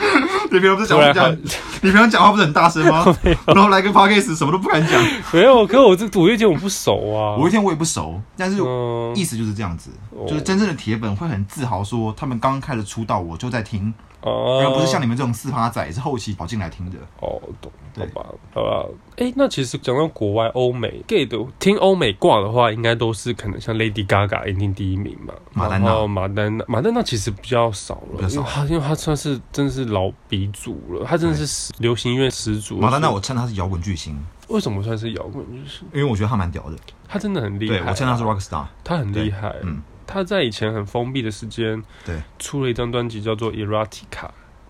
B: 你平 常不是
A: 突
B: 讲
A: 然
B: 话这样，你平常讲话不是很大声 吗？然后来个 podcast 什么都不敢讲。
A: 没有，可我这五月天我不熟啊，
B: 五月天我也不熟，但是
A: 嗯
B: 意思就是这样子，
A: 哦
B: 就是真正的铁粉会很自豪说，他们刚开始出道我就在听，
A: 哦，
B: 而不是像你们这种四趴仔是后期跑进来听的。
A: 哦，懂，好
B: 对
A: 吧，好吧。哎，那其实讲到国外欧美 gay 的，听欧美挂的话，应该都是可能像 Lady Gaga 一定第一名嘛，
B: 马丹
A: 然
B: 娜
A: 后马丹娜，马丹娜其实比较少
B: 比
A: 了，因
B: 较少
A: 为她因为她算是真的是老鼻祖了，她真的是流行音乐始祖。
B: 马丹娜，
A: 所以
B: 我称她是摇滚巨星，
A: 为什么算是摇滚？就是
B: 因为我觉得她蛮屌的。
A: 她真的很厉害、啊
B: 对我称她是 rock star。
A: 她很厉害。
B: 嗯，
A: 她在以前很封闭的时间，
B: 对，
A: 出了一张专辑叫做《Erotica》，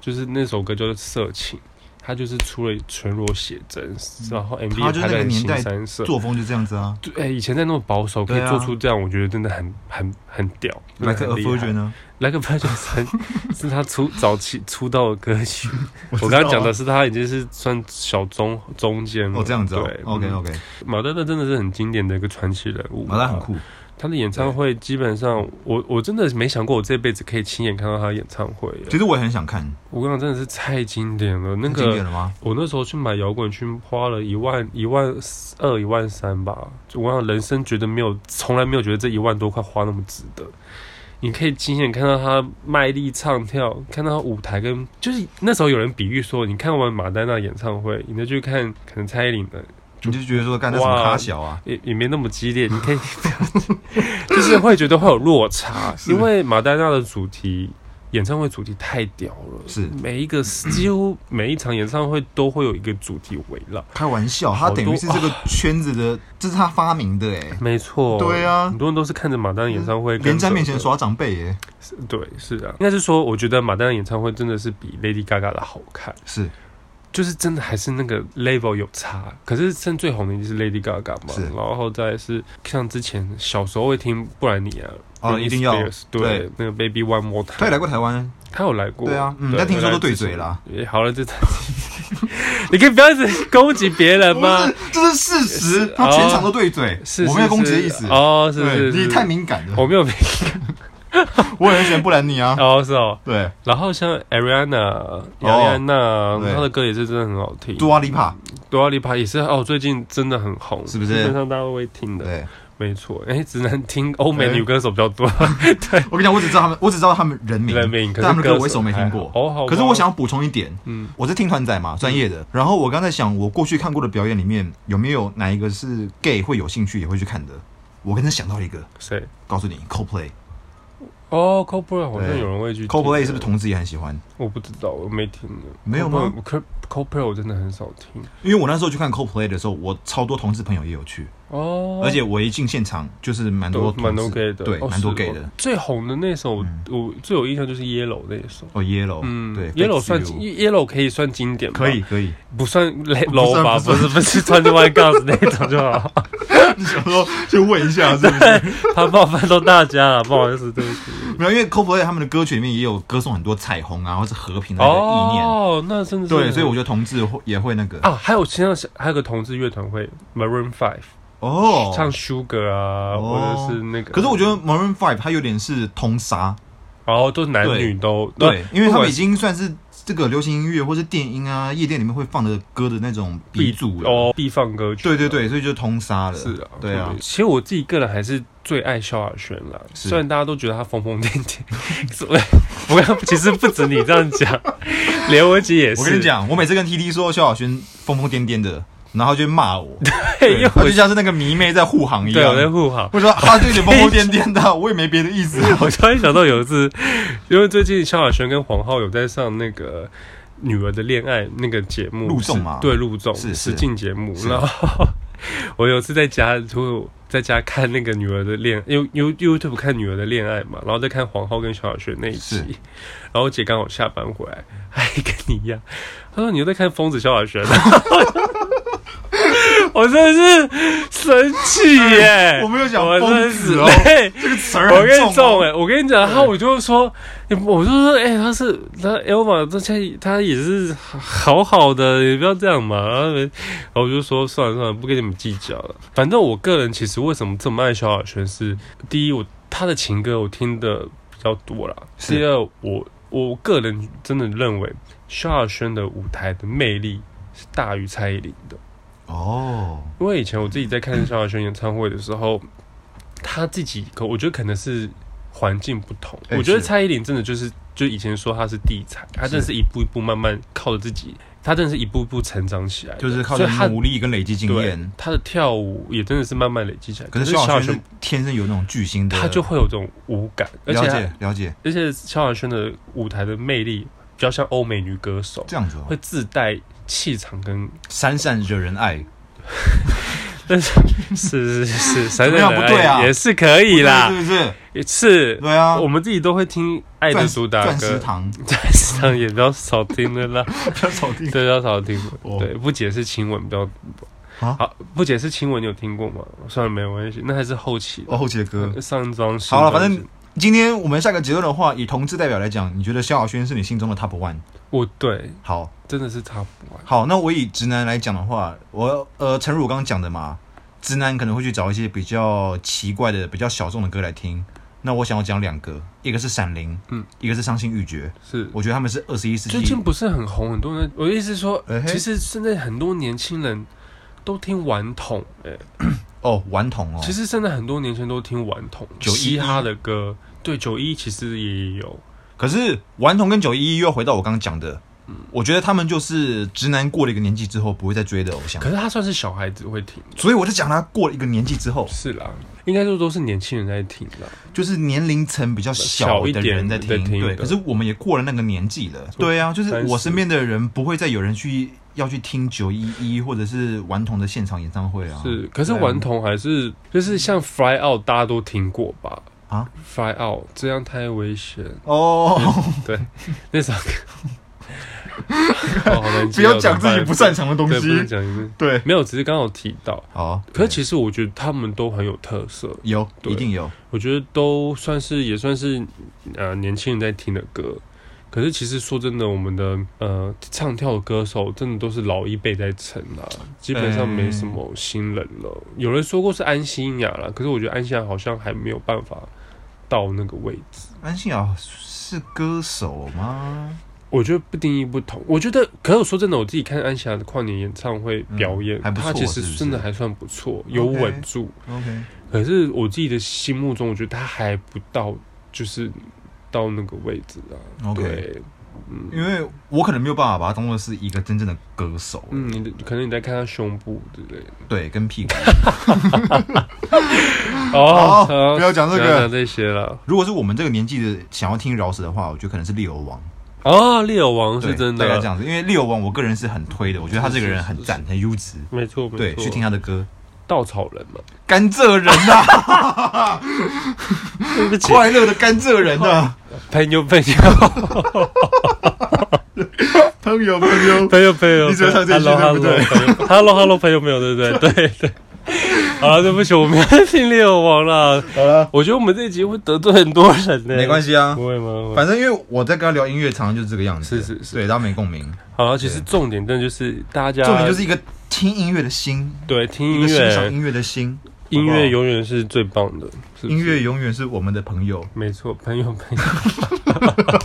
A: 就是那首歌叫做《色情》。她就是出了全裸写真，然后 MV
B: 她
A: 也
B: 嗯就是
A: 拍
B: 那
A: 的
B: 个
A: 很
B: 年
A: 新
B: 代
A: 三色，
B: 作风就这样子啊。
A: 对，哎、以前在那么保守，可
B: 对
A: 以
B: 啊
A: 做出这样，我觉得真的很很很屌。
B: Like a
A: 很厉害
B: virgin 呢？
A: Like a Virgin 三是 他出早期出道的歌曲。
B: 知道
A: 我
B: 啊
A: 刚刚讲的是他已经是算小中中间了。
B: 哦，这样子哦
A: 对。
B: OK
A: 嗯
B: OK，
A: 马丹娜真的是很经典的一个传奇人物。
B: 马丹娜很，酷。
A: 他的演唱会基本上，我我真的没想过我这辈子可以亲眼看到他的演唱会耶。
B: 其实我也很想看，
A: 我刚刚真的是太经典了，那
B: 很经典
A: 个。
B: 了吗？
A: 我那时候去买摇滚区，花了一万、一万二、一万三吧。就我想人生觉得没有，从来没有觉得这一万多块花那么值得。你可以亲眼看到他卖力唱跳，看到他舞台跟就是那时候有人比喻说，你看完马丹娜演唱会，你再去看可能蔡依林的，
B: 你就觉得说干那什么
A: 哇
B: 咖小啊？
A: 也也没那么激烈，你可以 就是会觉得会有落差，因为马丹娜的主题。演唱会主题太屌了，
B: 是
A: 每一个几乎每一场演唱会都会有一个主题围绕，
B: 开玩笑，他
A: 多啊
B: 等于是这个圈子的，这是他发明的哎。
A: 没错，
B: 对啊嗯
A: 很多人都是看着马丹的演唱会跟着，
B: 人在面前耍长辈耶，
A: 对，是啊，应该是说，我觉得马丹的演唱会真的是比 Lady Gaga 的好看，
B: 是
A: 就是真的还是那个 level 有差。可是现在最红的就是 Lady Gaga 嘛
B: 是，
A: 然后再来是像之前小时候会听布兰妮啊，
B: 哦
A: Britney
B: 一定要
A: Spears，对
B: 对，
A: 那个 Baby One More Time，
B: 他也来过台湾，
A: 他有来过，
B: 对啊嗯但听说都对嘴啦。
A: 原来之前也好了，这你可以不要一直攻击别人吗？
B: 不是，这是事实
A: 是，
B: 他全场都对嘴，
A: 是，
B: 我没
A: 是
B: 有攻击的
A: 是
B: 意思。
A: 哦，是
B: 对，
A: 是是，
B: 你太敏感了
A: 我，没有敏
B: 我也很喜欢布兰妮啊。
A: 哦，是哦。
B: 对，
A: 然后像 Ariana、雅丽安娜，
B: 哦对
A: 她的歌也是真的很好听。
B: 杜阿丽帕，
A: 多阿丽帕也是哦，最近真的很红，
B: 是不是
A: 基本上大家都会听的，
B: 对
A: 没错。哎，只能听欧美
B: 哎
A: 女歌手比较多，
B: 我跟你讲，我只知道他们，我只知道他们 人名，
A: 哎人名可
B: 但他
A: 是
B: 们歌
A: 歌
B: 我一首没听过
A: 还。好哦，好吧。
B: 可是我想要补充一点，
A: 嗯
B: 嗯，我是听团仔嘛，专业的。然后我刚才想，我过去看过的表演里面有没有哪一个是 gay 会有兴趣也会去看的？我刚才想到一个，
A: 谁？
B: 告诉你，Coldplay，Coldplay
A: 哦，Coldplay 好像
B: 对
A: 有人会去听。
B: 是不是同志也很喜欢？
A: 我不知道，我没听的。
B: 没有吗
A: Coldplay- 我？Coldplay 我真的很少听。
B: 因为我那时候去看 Coldplay 的时候，我超多同志朋友也有去，
A: 哦，
B: 而且我一进现场就是蛮
A: 都
B: 多
A: 蛮多
B: 同志
A: gay 的，
B: 对，
A: 哦
B: 蛮多
A: 是
B: gay
A: 哦
B: 的。
A: 最红的那首，我最有印象就是 Yellow 那一首。
B: 哦，Yellow，
A: 嗯，
B: 对
A: y e l l o w
B: Fix
A: 算啊
B: You
A: Yellow 可以算经典吧，
B: 可以可以。
A: 不算 low
B: 算
A: 吧？不
B: 不
A: 是 不是穿着外杠子那种就 好，
B: 你想说就问一下 是不是？
A: 他冒犯到大家了，不好意思，对不起。
B: 没有，因为 Coldplay 他们的歌曲里面也有歌颂很多彩虹啊，或是和平的那个意念。
A: 哦，那真的是
B: 对，所以我觉得同志会也会那个
A: 啊，还有现在还有个同志乐团会 Maroon Five
B: 哦。
A: 唱 Sugar 啊，
B: 哦
A: 或者是那个，
B: 可是我觉得 Maroon Five 它有点是通杀，
A: 然后都男女
B: 对
A: 都
B: 对，因为他们已
A: 经
B: 经算是这个流行音乐或是电音啊夜店里面会放的歌的那种鼻祖了。
A: 哦必放歌曲，
B: 对对。对，所以就通杀了。
A: 是啊，
B: 对啊，
A: 其实我自己个人还是最爱萧亚轩啦，
B: 是
A: 虽然大家都觉得她疯疯癫癫，是我我其实不止你这样讲，连我姐也是。
B: 我跟你，讲，我每次跟 T T 说萧亚轩疯疯癫癫的，然后他就会 骂我，
A: 因为
B: 他
A: 我
B: 就像是那个迷妹在护航一
A: 对
B: 样
A: 我。在护航。
B: 我说啊，就有点疯疯癫癫的，我也没别的意思啊。
A: 我突然想到有一次，因为最近萧亚轩跟黄浩有在上那个《女儿的恋爱》那个节目，
B: 陆纵
A: 是
B: 吗
A: 对，陆纵
B: 是是
A: 实境节目。
B: 是
A: 然后我有一次在家，就在家看那个《女儿的恋》，因为 You YouTube 看《女儿的恋爱》嘛，然后再看黄浩跟萧亚轩那一集
B: 是。
A: 然后我姐刚好下班回来，还跟你一样，她说你又在看《疯子萧亚轩》。我真的是生气耶！
B: 哎我没有讲
A: 我真的是
B: 疯子哦，
A: 累
B: 这个词儿
A: 我
B: 很
A: 跟你
B: 重
A: 中
B: 哦
A: 哎、我跟你讲，然后我就说，你我就说，哎、他是他 Elva，这现在他也是好好的，也不要这样嘛。然后，然后我就说，算了算了，不跟你们计较了。反正我个人其实为什么这么爱萧亚轩是，第一，我他的情歌我听的比较多啦；
B: 是
A: 第二，我我个人真的认为萧亚轩的舞台的魅力是大于蔡依林的。
B: 哦，
A: 因为以前我自己在看萧亚轩演唱会的时候，他自己可我觉得可能是环境不同，
B: 哎
A: 我觉得
B: 是
A: 蔡依林真的就是就以前说她是地才，她真的是一步一步慢慢靠着自己，她真的是一步一步成长起来的，
B: 就是靠
A: 所
B: 着
A: 以她
B: 努力跟累积经
A: 对
B: 验。
A: 她的跳舞也真的是慢慢累积起来。
B: 可是
A: 萧
B: 萧亚
A: 亚
B: 轩是
A: 轩
B: 天生有那种巨星的，
A: 她就会有这种舞感，而
B: 了
A: 且
B: 解
A: 她
B: 了解
A: 而且萧亚轩的舞台的魅力比较像欧美女歌手，
B: 这样子哦，
A: 会自带气场跟
B: 闪闪惹人爱。
A: 但是 是是是，闪
B: 么样
A: 闪的
B: 不对啊
A: 也是可以啦，
B: 是不是？
A: 也是，
B: 对啊，
A: 我们自己都会听《爱的
B: 钻
A: 主打
B: 钻石
A: 歌》，
B: 糖，
A: 钻石糖也比较少听的 啦，
B: 不要吵定
A: 对，比较少听
B: 哦。
A: 对，不解释亲吻比较
B: 啊
A: 好，不解释亲吻你有听过吗？算了，没关系，那还是后期
B: 哦，后期的歌。
A: 的上一张新
B: 好了，反
A: 专辑
B: 正今天我们下个结论的话，以同志代表来讲，你觉得萧亚轩是你心中的 top one？
A: 我哦对
B: 好
A: 真的是差不完。
B: 好，那我以直男来讲的话，我呃，诚如我刚刚讲的嘛，直男可能会去找一些比较奇怪的、比较小众的歌来听。那我想要讲两个，一个是《闪灵》，
A: 嗯，
B: 一个是《伤心欲绝》。
A: 是
B: 我觉得他们是二十一世
A: 最
B: 纪
A: 近不是很红，很多人我的意思是说
B: 哎，嘿
A: 其实现在很多年轻人都听顽童，哎，
B: 哦，顽童哦，
A: 其实现在很多年轻人都听顽童、
B: 91
A: 嘻哈的歌，对九一其实也有。
B: 可是顽童跟九一一又回到我刚刚讲的，我觉得他们就是直男过了一个年纪之后不会再追的偶像
A: 可，是他算是小孩子会听，
B: 所以我就讲他过了一个年纪之后，
A: 是啦，应该说都是年轻人在听啦。
B: 就是年龄层比较小的人在
A: 小一点
B: 听，
A: 在听
B: 对。
A: 的
B: 可是我们也过了那个年纪了，对啊，就是我
A: 30
B: 身边的人不会再有人去要去听九一一或者是顽童的现场演唱会啊，
A: 是，可是
B: 对啊
A: 顽童还是就是像 Fly Out，大家都听过吧？
B: 啊
A: ，Fly Out 这样太危险，
B: 哦，
A: 对， 那首歌。哦好难
B: 不
A: 记哦
B: 要讲自己不擅长的东
A: 对，不能
B: 西，
A: 讲因为
B: 对，
A: 没有，只是刚好提到。
B: 好，
A: 可是其实我觉得他们都很有特色，
B: 有
A: 对
B: 一定有，
A: 我觉得都算是也算是呃年轻人在听的歌。可是其实说真的，我们的呃唱跳的歌手真的都是老一辈在撑啦，基本上没什么新人了。
B: 嗯
A: 有人说过是安心雅啦，可是我觉得安心雅好像还没有办法到那个位置。
B: 安心啊是歌手吗？
A: 我觉得不定义不同，我觉得，可是我说真的，我自己看安心雅的跨年演唱会表演，
B: 嗯还
A: 她
B: 不
A: 其
B: 错是不
A: 实
B: 是
A: 真的还算不错，有
B: OK
A: 稳住。
B: OK，
A: 可是我自己的心目中，我觉得他还不到，就是到那个位置啊。
B: OK
A: 对，
B: 因为我可能没有办法把它当做是一个真正的歌手，
A: 嗯，你的可能你在看他胸部之类的。
B: 对，跟屁股。
A: 哦
B: 好不要讲这个
A: 讲这些了。
B: 如果是我们这个年纪的想要听饶舌的话，我觉得可能是利友王，
A: 哦，猎友王
B: 对
A: 是真
B: 大概
A: 的，
B: 这
A: 啊
B: 样子。因为利友王，我个人是很推的，我觉得他这个人很赞，很优质。
A: 没错没错。
B: 对，去听他的歌，
A: 稻草人嘛，
B: 《甘蔗人》呐，
A: 对不起，
B: 快乐的甘蔗人啊呐，
A: 朋友朋 友
B: 朋友朋友，
A: 朋友朋友，
B: 你只会唱这句
A: hello
B: 对
A: hello hello hello 朋友朋友，对不 对？对对。好了，对不起，我们要听猎友王了。
B: 好了，
A: 我觉得我们这一集会得罪很多人呢。
B: 没关
A: 系，
B: 系啊
A: 不，会吗？
B: 反正因为我在跟他聊音乐，常常就是这个样子，
A: 是是是啊
B: 对，然后没共鸣，
A: 好了，其实重点真的就是大家
B: 重点就是一个听音乐的心，
A: 对，听
B: 一
A: 音
B: 个欣赏
A: 乐，
B: 音乐的心，
A: 音
B: 好不好
A: 乐永远是最棒的，是不是
B: 音乐永远是我们的朋友。
A: 没错，朋友朋 友。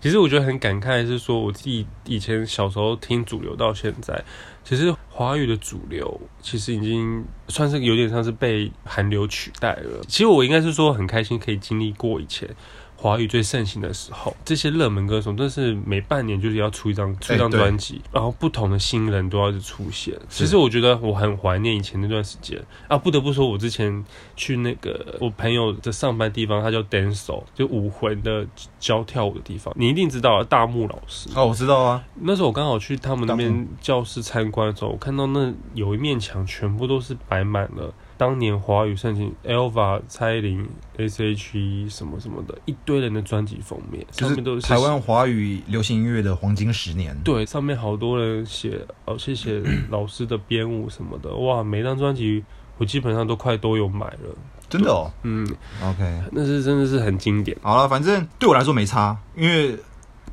A: 其实我觉得很感慨，是说我自己以前小时候听主流到现在，其实华语的主流其实已经算是有点像是被韩流取代了。其实我应该是说很开心可以经历过以前华语最盛行的时候，这些热门歌手真是每半年就是要出一张出一
B: 哎
A: 张
B: 对
A: 专辑，然后不同的新人都要一直出现。其实我觉得我很怀念以前那段时间啊，不得不说，我之前去那个我朋友的上班地方，他叫 Danso，就武魂的教跳舞的地方，你一定知道啊大木老师。
B: 哦，我知道啊，
A: 那时候我刚好去他们那
B: 大
A: 边教室参观的时候，我看到那有一面墙全部都是摆满了当年华语盛行 Elva、蔡依林、S.H.E 什么什么的一堆人的专辑封面，
B: 就
A: 上面都
B: 是
A: 是
B: 台湾华语流行音乐的黄金十年。
A: 对，上面好多人写哦，谢谢老师的编舞什么的，哇，每张专辑我基本上都快都有买了，
B: 真的哦。
A: 嗯，
B: OK，
A: 那是真的是很经典。
B: 好了，反正对我来说没差，因为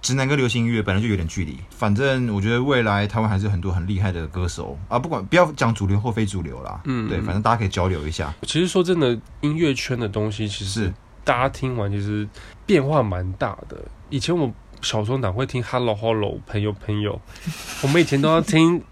B: 直男跟流行音乐本来就有点距离。反正我觉得未来台湾还是有很多很厉害的歌手啊，不管不要讲主流或非主流啦，
A: 嗯
B: 对，
A: 嗯
B: 反正大家可以交流一下。
A: 其实说真的，音乐圈的东西其实
B: 是
A: 大家听完其实变化蛮大的。以前我小时候哪会听 Hello Hello 朋友朋友，我们以前都要听。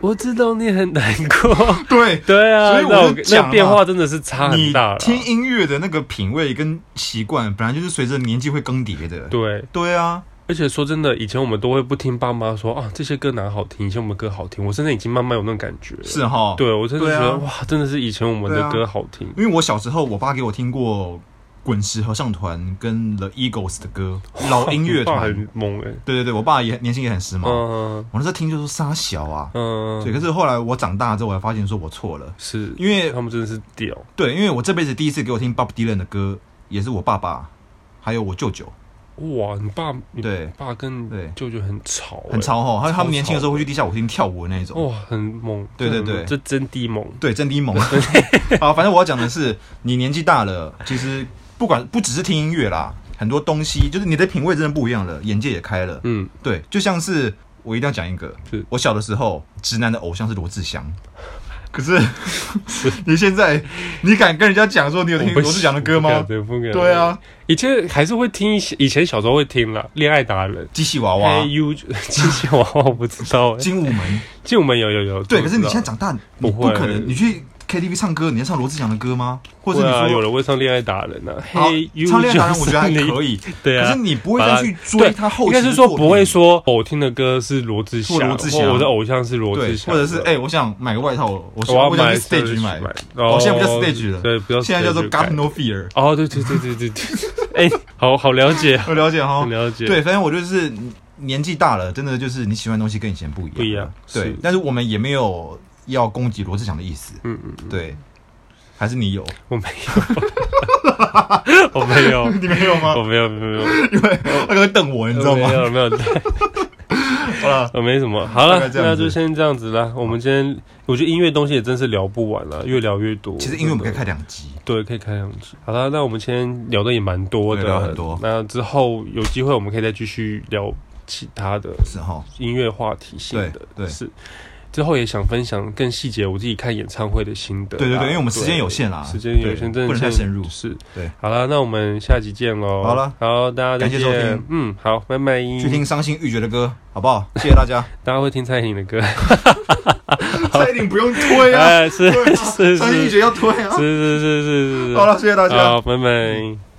A: 我知道你很难过，
B: 对，
A: 对啊，
B: 所以我
A: 那
B: 就
A: 我
B: 讲
A: 那变
B: 嘛
A: 化真的是差很
B: 你
A: 大了。
B: 听音乐的那个品味跟习惯，本来就是随着年纪会更迭的。
A: 对，
B: 对啊，
A: 而且说真的，以前我们都会不听爸妈说啊，这些歌哪好听，以前我们歌好听。我真的已经慢慢有那种感觉了。
B: 是哈。，
A: 啊对啊我真的觉得、
B: 对
A: 哇，真的是以前我们
B: 对
A: 的
B: 啊
A: 歌好听。
B: 因为我小时候，我爸给我听过滚石合唱团跟 The Eagles 的歌，老音乐
A: 哇
B: 团。
A: 很猛哎、
B: 对对对，我爸也年轻也很时髦。
A: 嗯
B: 我那时候听就说沙小啊，
A: 嗯，
B: 对。可是后来我长大之后，我才发现说我错了，
A: 是
B: 因为
A: 他们真的是屌。
B: 对，因为我这辈子第一次给我听 Bob Dylan 的歌，也是我爸爸，还有我舅舅，
A: 哇，你爸你
B: 对
A: 爸跟
B: 对
A: 舅舅很吵、欸，
B: 很潮吼，还有他们年轻的时候
A: 超哦
B: 会去地下舞厅跳舞的那一种。
A: 哇，很猛，
B: 对对对
A: 这真低猛。
B: 对，真低猛。 好，反正我要讲的是，你年纪大了，其实不管不只是听音乐啦，很多东西就是你的品味真的不一样了，眼界也开了。
A: 嗯，
B: 对，就像是我一定要讲一个
A: 是，
B: 我小的时候直男的偶像是罗志 祥，可是你现在你敢跟人家讲说你有听罗志祥的歌吗？
A: 对，不敢
B: 对，啊，
A: 以前还是会听一些，以前小时候会听啦，《恋爱达人》。
B: 机器娃娃、
A: Hey you，机械娃娃我不知 道、欸，
B: 精武门，
A: 就我们有有有。
B: 对，
A: 这
B: 可
A: 我
B: 是你
A: 知道
B: 现在长大，你
A: 不会
B: 不可能，你去 KTV 唱歌，你要唱罗志祥的歌吗？或者你
A: 对啊，有
B: 说。
A: 人会唱《恋爱达人》啊，
B: 好
A: 嘿，you，
B: 唱恋爱达人
A: 就是
B: 我觉得还
A: 你
B: 可以，
A: 对啊
B: 可是你不会
A: 把
B: 再
A: 它
B: 去追他后
A: 应
B: 期
A: 该
B: 的
A: 是说
B: 作
A: 不会
B: 品
A: 说我听的歌是罗志祥，
B: 或罗志祥
A: 或我的偶像是罗
B: 对
A: 志，祥，
B: 或者是哎、我想买个外套，我我
A: 我要
B: 我想
A: 买
B: 去 stage 买，哦，现在不叫 stage 了，
A: 对，不叫 stage 改，
B: 现在叫做 Got No Fear，
A: 哦，对对对对对对，哎，好好了解，
B: 我了解哈
A: 很，了解，
B: 哦对，反正我就是年纪大了，真的就是你喜欢的东西跟以前不一样了，
A: 不一样
B: 对
A: 是，
B: 但是我们也没有要攻击罗志祥的意思，
A: 嗯嗯，嗯
B: 对，还是你有，
A: 我没有， 我没有，
B: 你没有吗
A: 我？没有，没有，
B: 因为 他刚刚瞪我，你知
A: 哦
B: 道
A: 我没
B: 吗？
A: 有，没有，
B: 好了，
A: 我没什么。好
B: 大
A: 了
B: 概，这样
A: 那
B: 子
A: 就先这样子啦。我们今天我觉得音乐东西也真是聊不完了，越聊越多。
B: 其实因为我们可以
A: 真的
B: 开两集，
A: 对，可以开两集。好了，那我们今天聊的也蛮多的，
B: 对聊很多
A: 那之后有机会我们可以再继续聊其他的
B: 是哈，
A: 音乐话题性的，
B: 对对
A: 是。之后也想分享更细节我自己看演唱会的心得啦。
B: 对对对，因为我们时间有限啦，
A: 对时间有限，
B: 对
A: 真的
B: 不能太
A: 是
B: 深入，
A: 是，
B: 对。
A: 好了，那我们下集见喽。
B: 好了
A: 好，大家再
B: 感谢
A: 见。
B: 收听
A: 嗯，好，拜拜。
B: 去听伤心欲绝的歌，好不好？谢谢大 家。
A: 大家会听蔡依林的歌，
B: 蔡依林不用推 啊，
A: 哎，是
B: 对啊
A: 是是
B: 伤心欲
A: 是
B: 绝要推啊。
A: 是是是是。
B: 好了，谢谢大家。啊
A: 好，拜拜。